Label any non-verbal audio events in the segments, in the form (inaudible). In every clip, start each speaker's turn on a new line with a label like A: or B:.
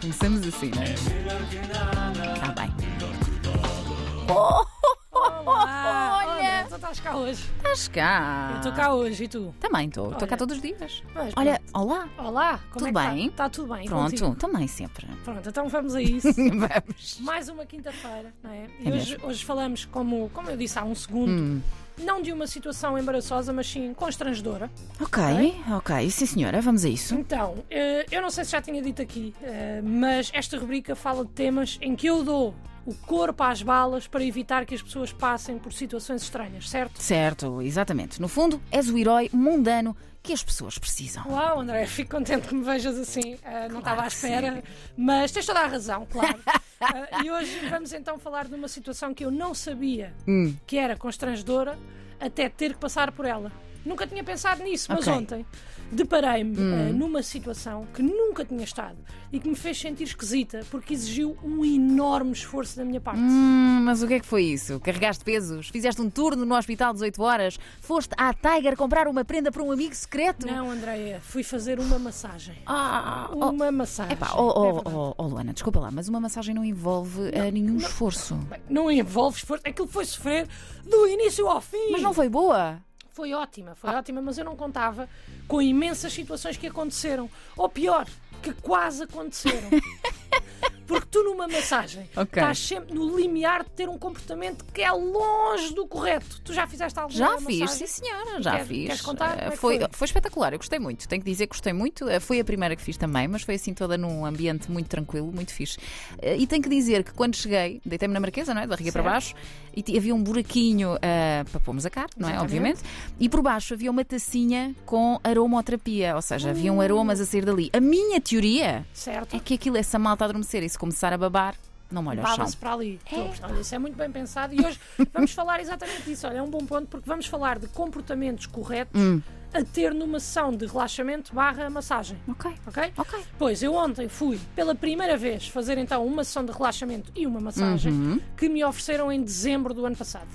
A: Começamos assim, né? Tá bem. Oh,
B: Olá,
A: Olha!
B: olha, Ah. tu estás cá hoje.
A: Estás cá.
B: Eu estou cá hoje e tu?
A: Também estou. Estou cá
B: Olha.
A: todos os dias.
B: Mas
A: Olha, olá.
B: Olá, como
A: Tudo
B: é que
A: bem?
B: Está tudo bem. e
A: Pronto,
B: contigo?
A: também sempre. (laughs)
B: Pronto, então vamos a (laughs) isso.
A: Vamos.
B: Mais uma quinta-feira, não é? E
A: É
B: hoje, hoje falamos, como, como eu disse há um segundo, não de uma situação embaraçosa, mas sim constrangedora.
A: Ok, ok. Sim, senhora, vamos a isso.
B: Então, eh, eu não sei se já tinha dito aqui, eh, mas esta rubrica fala de temas em que eu dou o corpo às balas para evitar que as pessoas passem por situações estranhas, certo?
A: Certo, exatamente. No fundo, és o herói mundano que as pessoas precisam.
B: Uau, André, (laughs) fico contente que me vejas assim. Ah, não estava à
A: que sim.
B: espera, mas tens toda a razão,
A: (laughs)
B: claro. Ah, e hoje vamos então falar de uma situação que eu não sabia
A: Hum.
B: que era constrangedora até ter que passar por ela. Nunca tinha pensado nisso, mas
A: Ok. Hum.
B: ontem deparei-me ah, numa situação que nunca tinha estado e que me fez sentir esquisita porque exigiu um enorme esforço da minha parte.
A: Hum, mas o que é que foi isso? Carregaste pesos? Fizeste um turno no hospital 18 horas? Foste à Tiger comprar uma prenda para um amigo secreto?
B: Não, Um Andréia, fui fazer uma massagem.
A: Ah, oh,
B: Uma massagem.
A: Epá, oh,
B: É
A: oh,
B: verdade.
A: oh, oh, Luana, desculpa lá, mas uma massagem não envolve eh, nenhum esforço.
B: Bem, Não envolve esforço. Aquilo foi sofrer do início ao fim. Ah.
A: Mas não foi boa?
B: Foi ótima, foi ótima, mas eu não contava com imensas situações que aconteceram. Ou pior, que quase (laughs) aconteceram. Porque tu numa massagem
A: Ok.
B: estás sempre no limiar de ter um comportamento que é longe do correto. Tu já fizeste alguma
A: Já
B: é massagem?
A: fiz, sim senhora, já
B: Quer-
A: fiz.
B: queres contar
A: Eh,
B: como é que
A: foi,
B: foi?
A: foi espetacular, eu gostei muito. Tenho que dizer que gostei muito. Eh, Foi a primeira que fiz também, mas foi assim toda num ambiente muito tranquilo, muito fixe. Eh, E tenho que dizer que quando cheguei, deitei-me na marquesa, não é? De barriga para
B: Certo.
A: baixo, e ti- havia um buraquinho eh, para pôrmos a carne, não é?
B: Exatamente.
A: Obviamente. E por baixo havia uma tacinha com aromoterapia, ou seja, haviam aromas a sair dali. A minha teoria
B: Certo?
A: é que aquilo é se a malta adormecer e se começar a babar, não molha o chão.
B: Baba-se para ali. Estou a gostar. Olha, isso é muito bem pensado. (laughs) E hoje vamos falar exatamente disso. Olha, é um bom ponto porque vamos falar de comportamentos corretos a ter numa sessão de relaxamento barra massagem.
A: Ok,
B: Ok?
A: ok.
B: Pois, eu ontem fui pela primeira vez fazer então uma sessão de relaxamento e uma massagem
A: Uhum.
B: que me ofereceram em dezembro do
A: (laughs)
B: ano passado.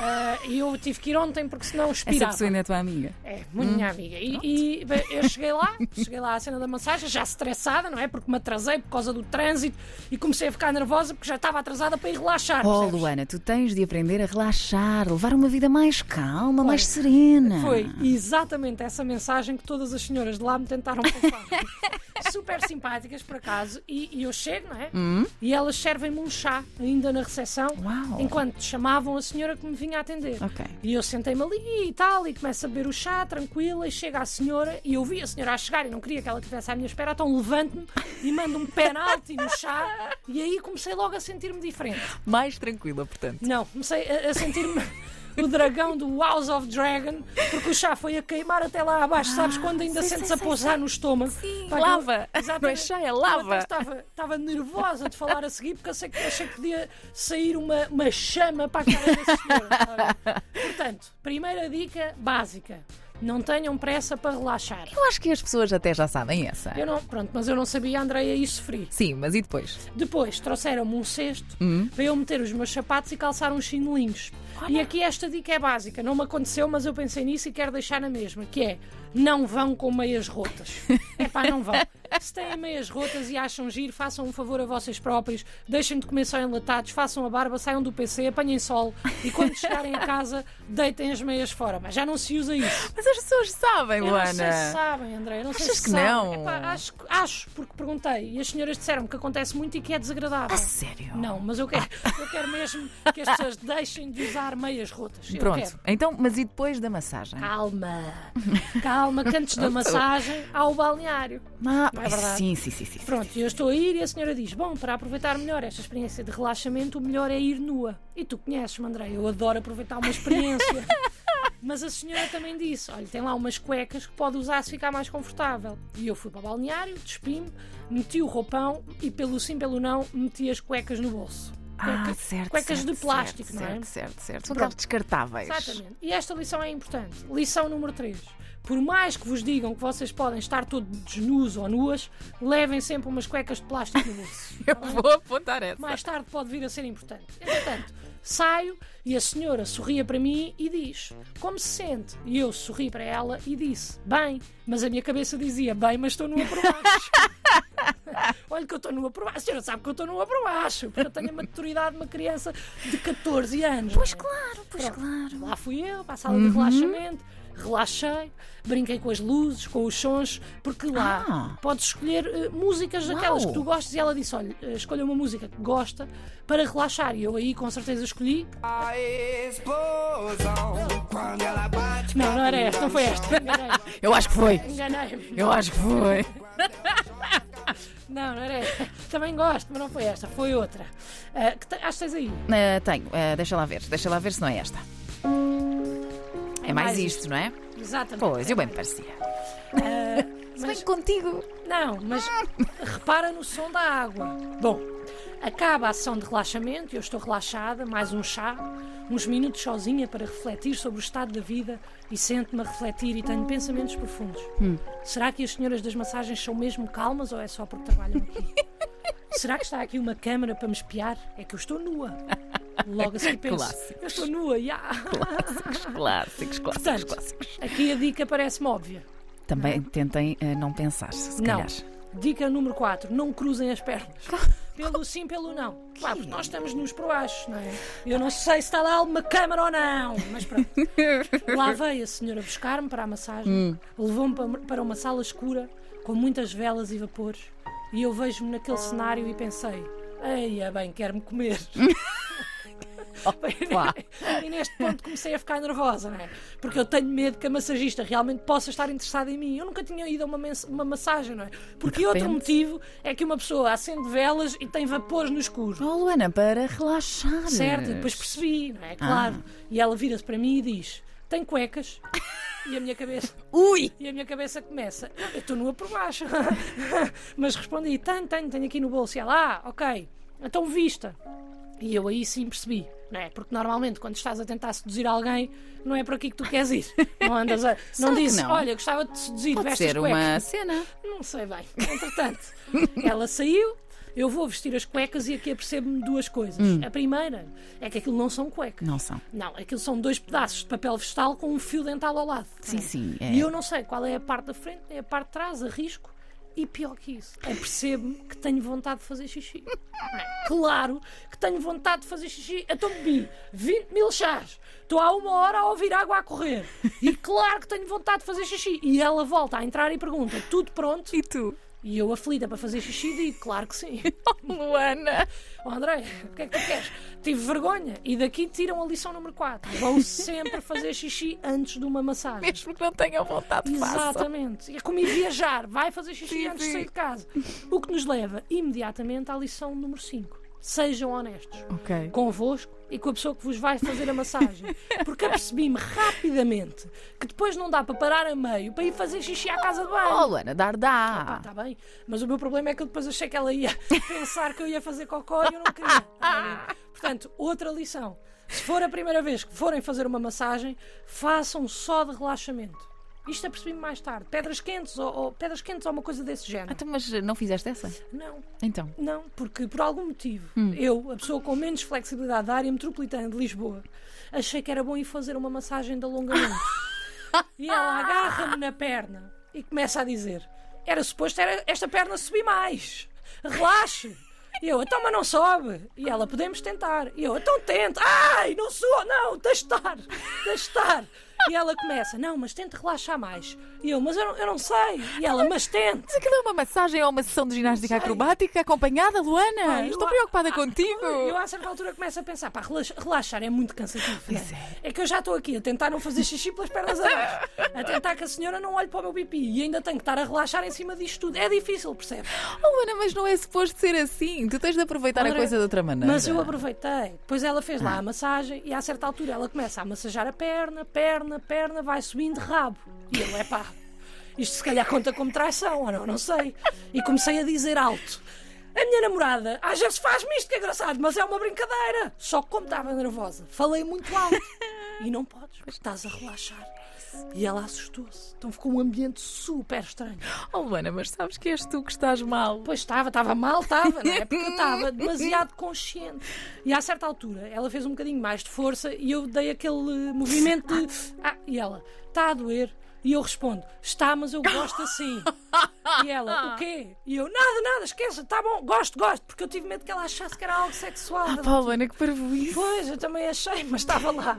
B: Ah, E eu tive que ir ontem porque senão
A: Essa
B: expirava.
A: pessoa ainda Hum. é tua amiga.
B: É, muito minha amiga. E, e, bem,
A: (laughs)
B: eu cheguei lá, cheguei lá à cena da massagem, já estressada, não é? Porque me atrasei por causa do trânsito e comecei a ficar nervosa porque já estava atrasada para ir relaxar.
A: Oh,
B: percebes?
A: Luana, tu tens de aprender a relaxar, levar uma vida mais calma, mais
B: Olha,
A: serena.
B: Foi exatamente essa mensagem que todas as senhoras de lá me
A: (laughs)
B: tentaram passar. Super simpáticas, por acaso. E, e eu chego, não é? E elas servem-me um chá ainda na recepção,
A: Hum? Uau.
B: enquanto chamavam a senhora que me vinha atender.
A: Ok.
B: E eu sentei-me ali e tal, e começo a beber o chá, tranquila, e chega a senhora, e eu vi a senhora a chegar, e não queria que ela estivesse à minha espera, então levanto-me e mando um penalti no chá, e aí comecei logo a sentir-me diferente.
A: Mais tranquila, portanto.
B: Não, comecei a, a sentir-me (laughs) o dragão do House of Dragon, porque o chá foi a queimar até lá abaixo, sabes?
A: Ah,
B: Quando ainda
A: sei,
B: sentes
A: sei,
B: a
A: sei,
B: pousar no estômago. Sim, (laughs)
A: lava. Não é chá, é lava.
B: Estava, estava nervosa de falar a seguir, porque eu sei que, achei que podia sair uma, uma chama para a cara da senhora. sabe? Portanto, primeira dica básica. Não tenham pressa para relaxar.
A: Eu acho que as pessoas até já sabem essa.
B: Eu não, pronto, mas eu não sabia, Andreia, e sofri.
A: Sim, mas e depois?
B: Depois trouxeram-me um cesto
A: Hum.
B: para eu meter os meus sapatos e calçar uns chinelinhos. E aqui esta dica é básica, não me aconteceu, mas eu pensei nisso e quero deixar na mesma, que é não vão com
A: (laughs)
B: meias rotas. É pá, não vão. Se têm meias rotas e acham giro, façam um favor a vocês próprios, deixem de comer só enlatados, façam a barba, saiam do PC, apanhem sol e quando chegarem a casa, deitem as meias fora. Mas já não se usa isso.
A: Mas as pessoas sabem,
B: Eu não
A: Luana.
B: sei se sabem, André. Eu não sei
A: Achas
B: se
A: que
B: sabem.
A: não?
B: Epá, acho, que- acho, porque perguntei. E as senhoras disseram que acontece muito e que é desagradável.
A: A sério?
B: Não, mas eu quero, eu quero mesmo que as pessoas deixem de usar meias rotas. Eu
A: Pronto,
B: quero. Ah,
A: então, mas e depois da massagem?
B: Calma, calma, que antes da massagem há o balneário.
A: Ah,
B: não é verdade?
A: sim, sim, sim, sim.
B: Pronto, eu estou a ir e a senhora diz: Bom, para aproveitar melhor esta experiência de relaxamento, o melhor é ir nua. E tu conheces-me, André, eu adoro aproveitar
A: (laughs)
B: uma experiência. Mas a senhora também disse: Olha, tem lá umas cuecas que pode usar se ficar mais confortável. E eu fui para o balneário, despi-me, meti o roupão e, pelo sim, pelo não, meti as cuecas no bolso.
A: Ah,
B: Cueca-
A: certo.
B: cuecas
A: certo,
B: de plástico,
A: certo,
B: não é?
A: Certo, certo, certo. São
B: Pronto.
A: aquelas descartáveis.
B: Exatamente. E esta lição é importante. Lição número 3. Por mais que vos digam que vocês podem estar todos desnus ou nuas, levem
A: (laughs)
B: sempre umas cuecas de plástico no bolso. Tá
A: Eu vou apontar essa.
B: mais tarde pode vir a ser importante. Entretanto, Saio e a senhora sorria para mim e diz: Como se sente? E eu sorri para ela e disse: Bem, mas a minha cabeça dizia: Bem, mas estou nua por baixo. (laughs) Olha que eu estou nua por baixo. A senhora sabe que eu estou nua por baixo, porque eu tenho a maturidade de uma criança de 14 anos.
A: Pois claro, pois claro. Uhum.
B: Lá fui eu, para a sala de relaxamento, relaxei, brinquei com as luzes, com os sons, porque lá
A: Ah.
B: podes escolher eh, músicas daquelas
A: Uau.
B: que tu gostas. E ela disse: Olha, eh, escolha uma música que gosta para relaxar. E eu aí com certeza escolhi.
C: A explosão quando ela bate
B: Não, não era esta, não foi esta. Enganei-me.
A: Eu acho que foi.
B: Enganei-me.
A: Eu acho que foi.
B: Não, não era esta. Também gosto, mas não foi esta, foi outra. Ah, que te- acho que tens aí.
A: Ah, tenho, Ah, deixa lá ver, deixa lá ver se não é esta. É mais
B: mais
A: isto, não é?
B: Exatamente.
A: Pois, eu bem me parecia. (laughs)
B: Ah, mas-
A: contigo.
B: Não, mas repara no som da água. Bom, acaba a ação de relaxamento, eu estou relaxada, mais um chá, uns minutos sozinha para refletir sobre o estado da vida e sento-me a refletir e tenho pensamentos profundos.
A: Hum.
B: Será que as senhoras das massagens são mesmo calmas ou é só porque trabalham aqui?
A: (laughs)
B: Será que está aqui uma câmara para me espiar? É que eu estou nua. Logo assim penso,
A: Clássicos.
B: eu estou nua, yeah.
A: (laughs) Clássicos, clássicos, clássicos,
B: Portanto,
A: clássicos.
B: aqui a dica parece-me óbvia.
A: Também tentem ah, não pensar, se
B: Não.
A: calhar.
B: Dica número 4, não cruzem as pernas.
A: (laughs)
B: Pelo sim, pelo não. Pá, porque nós estamos nos por baixo, não é? Eu não sei se está lá alguma câmara ou não,
A: (laughs)
B: mas pronto. Lá veio a senhora buscar-me para a massagem,
A: Hum.
B: levou-me pa- para uma sala escura, com muitas velas e vapores, e eu vejo-me naquele cenário e pensei: eia bem, quero-me comer.
A: Pá.
B: E neste ponto comecei a ficar nervosa, não é? Porque eu tenho medo que a massagista realmente possa estar interessada em mim. Eu nunca tinha ido a uma, mens- uma massagem, não é? Porque outro
A: repente.
B: motivo é que uma pessoa acende velas e tem vapores no escuro.
A: Oh, Luana, para relaxar.
B: Certo, e depois percebi, não é? Claro. E ela vira-se para mim e diz: Tem cuecas? E a minha cabeça.
A: Ui!
B: E a minha cabeça começa, "Não, eu estou nua por baixo. (laughs) Mas respondi, tenho, tenho, tenho aqui no bolso. E ela, ah, ok, então vista. E eu aí sim percebi, não é? Porque normalmente quando estás a tentar seduzir alguém, não é para aqui que tu queres ir. Não
A: (laughs)
B: andas a.
A: Será
B: Não
A: que
B: dizes,
A: não?
B: olha, gostava de te seduzir,
A: Pode
B: vestes
A: ser
B: cuecas.
A: uma cena.
B: Não sei bem. Entretanto, ela saiu, eu vou vestir as cuecas e aqui apercebo-me duas coisas. A primeira é que aquilo não são cuecas.
A: Hum. Não são.
B: Não, aquilo são dois pedaços de papel vegetal com um fio dental ao lado.
A: Sim, sim, é.
B: E eu não sei qual é a parte da frente, nem a parte de trás, arrisco. E pior que isso, apercebo-me que tenho vontade de fazer xixi. Não é? Claro que tenho vontade de fazer xixi. Então bebi 20 mil chás. Estou há uma hora a ouvir água a correr. E claro que tenho vontade de fazer xixi. E ela volta a entrar e pergunta: tudo pronto?
A: E tu?
B: E eu, aflita para fazer xixi, digo: claro que sim.
A: Luana!
B: Oh, André, o que é que tu queres? Tive vergonha. E daqui tiram a lição número 4. Vão sempre fazer xixi antes de
A: (laughs)
B: uma massagem.
A: Mesmo que não tenham vontade, façam.
B: Exatamente. É como ir viajar. Vai fazer xixi
A: Sim,
B: antes de
A: sim.
B: sair de casa. O que nos leva imediatamente à lição número 5. Sejam honestos.
A: Ok.
B: Convosco e com a pessoa que vos vai fazer a massagem. Porque apercebi-me rapidamente que depois não dá para parar a meio para ir fazer xixi à casa de banho.
A: Oh, Luana, dar
B: Ah,
A: dá.
B: tá bem. Mas o meu problema é que eu depois achei que ela ia pensar que eu ia fazer cocó e eu não queria. Olha, Portanto, outra lição. Se for a primeira vez que forem fazer uma massagem, façam só de relaxamento. Isto apercebi-me mais tarde. Pedras quentes ou, ou pedras quentes ou uma coisa desse
A: Ah,
B: género.
A: então, mas não fizeste essa?
B: Não,
A: Então.
B: não, porque por algum motivo, eu, a pessoa com menos flexibilidade da área metropolitana de Lisboa, achei que era bom ir fazer uma massagem de alongamento. e ela agarra-me na perna e começa a dizer: Era suposto era esta perna subir mais. Relaxe. E eu, então, mas não sobe. E ela, podemos tentar. E eu, então tente. Ai, não sou, não, deixa estar, deixa estar. E ela começa, não, mas tente relaxar mais. E eu, mas eu, não- eu não sei. E ela, mas tente.
A: Mas aquilo é uma massagem ou uma sessão de ginástica acrobática acompanhada, Luana?
B: Ai, eu
A: É, Estou
B: a-
A: preocupada
B: a-
A: contigo.
B: Eu a certa altura começo a pensar, pá, relax- relaxar é muito cansativo. não É. É que eu já estou aqui a tentar não fazer xixi pelas pernas abaixo, a tentar que a senhora não olhe para o meu pipi e ainda tenho que estar a relaxar em cima disto tudo. É difícil, percebe?
A: Oh, Luana, mas não é suposto ser assim. Tu tens de aproveitar a
B: André,
A: coisa de outra maneira.
B: Mas eu aproveitei. Depois ela fez lá a massagem e a certa altura ela começa a massajar a perna, perna, perna, vai subindo rabo. E eu, epá, isto se calhar conta como traição, ou não, não sei. E comecei a dizer alto. A minha namorada às vezes faz-me isto que é engraçado, mas é
A: (laughs)
B: uma brincadeira. Só que como estava nervosa, falei muito alto. E não podes, porque estás a relaxar. E ela assustou-se. Então ficou um ambiente super estranho.
A: Oh, Luana, mas sabes que és tu que estás mal.
B: Pois estava, estava mal, estava, não é?
A: (laughs)
B: Porque eu estava demasiado consciente. E a certa altura ela fez um bocadinho mais de força e eu dei aquele movimento
A: (laughs)
B: de. Ah, e ela, está a doer. E eu respondo, está, mas eu
A: (laughs)
B: gosto assim. E ela, o quê? E eu, nada, nada, esqueça, está bom, gosto, gosto, porque eu tive medo que ela achasse que era algo sexual.
A: Ah, pá, Luana, que parvoíce.
B: Pois, eu também achei, mas estava lá.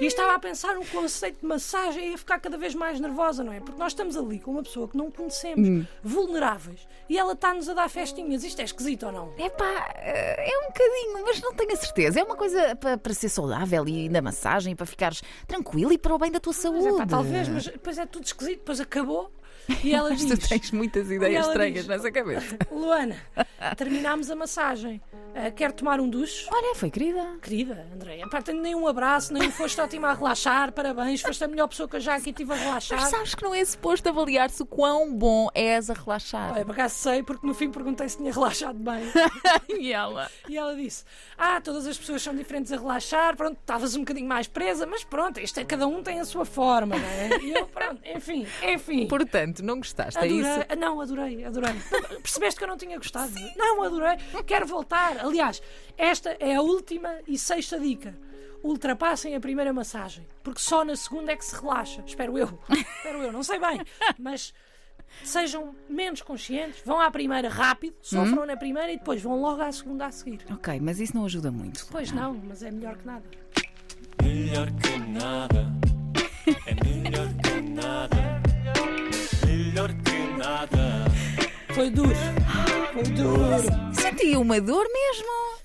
B: E estava a pensar no conceito de massagem e ia ficar cada vez mais nervosa, não é? Porque nós estamos ali com uma pessoa que não conhecemos,
A: Hum.
B: vulneráveis, e ela está-nos a dar festinhas. Isto é esquisito ou não?
A: É pá, eh, é um bocadinho, mas não tenho a certeza. É uma coisa pa- para ser saudável e da massagem, para ficares tranquilo e para o bem da tua
B: Pois
A: saúde.
B: é, pá, talvez, mas depois é tudo esquisito, depois acabou. E
A: (laughs)
B: ela
A: Mas
B: diz,
A: tu tens muitas ideias
B: ela
A: estranhas
B: diz-
A: nessa cabeça.
B: Luana, terminámos a massagem. Ah, quer tomar um duche?
A: Olha, foi querida.
B: Querida, Andréia, pá, tenho nem um abraço, nem um foste ótima a relaxar, parabéns, foste a melhor pessoa que eu já aqui tive a relaxar.
A: Mas sabes que não é suposto avaliar-se o quão bom és a relaxar.
B: Olha, por acaso sei, porque no fim perguntei se tinha relaxado bem.
A: (laughs) e ela?
B: E ela disse: Ah, todas as pessoas são diferentes a relaxar, pronto, estavas um bocadinho mais presa, mas pronto, isto é, cada um tem a sua forma, não é? E eu, pronto, enfim, enfim.
A: Portanto, não gostaste, é
B: Adorei,
A: isso?
B: Ah, não, adorei, adorei. Percebeste que eu não tinha gostado? Não, adorei. Quero voltar. Aliás, esta é a última e sexta dica. Ultrapassem a primeira massagem, porque só na segunda é que se relaxa. Espero eu. Espero eu, não sei bem, mas sejam menos conscientes, vão à primeira rápido, sofram
A: Hum?
B: na primeira e depois vão logo à segunda a seguir.
A: Ok, mas isso não ajuda muito.
B: Pois não, mas é melhor que nada.
C: Melhor que nada. É melhor que nada. Melhor que nada.
B: Foi duro. Foi duro.
A: Senti uma dor mesmo.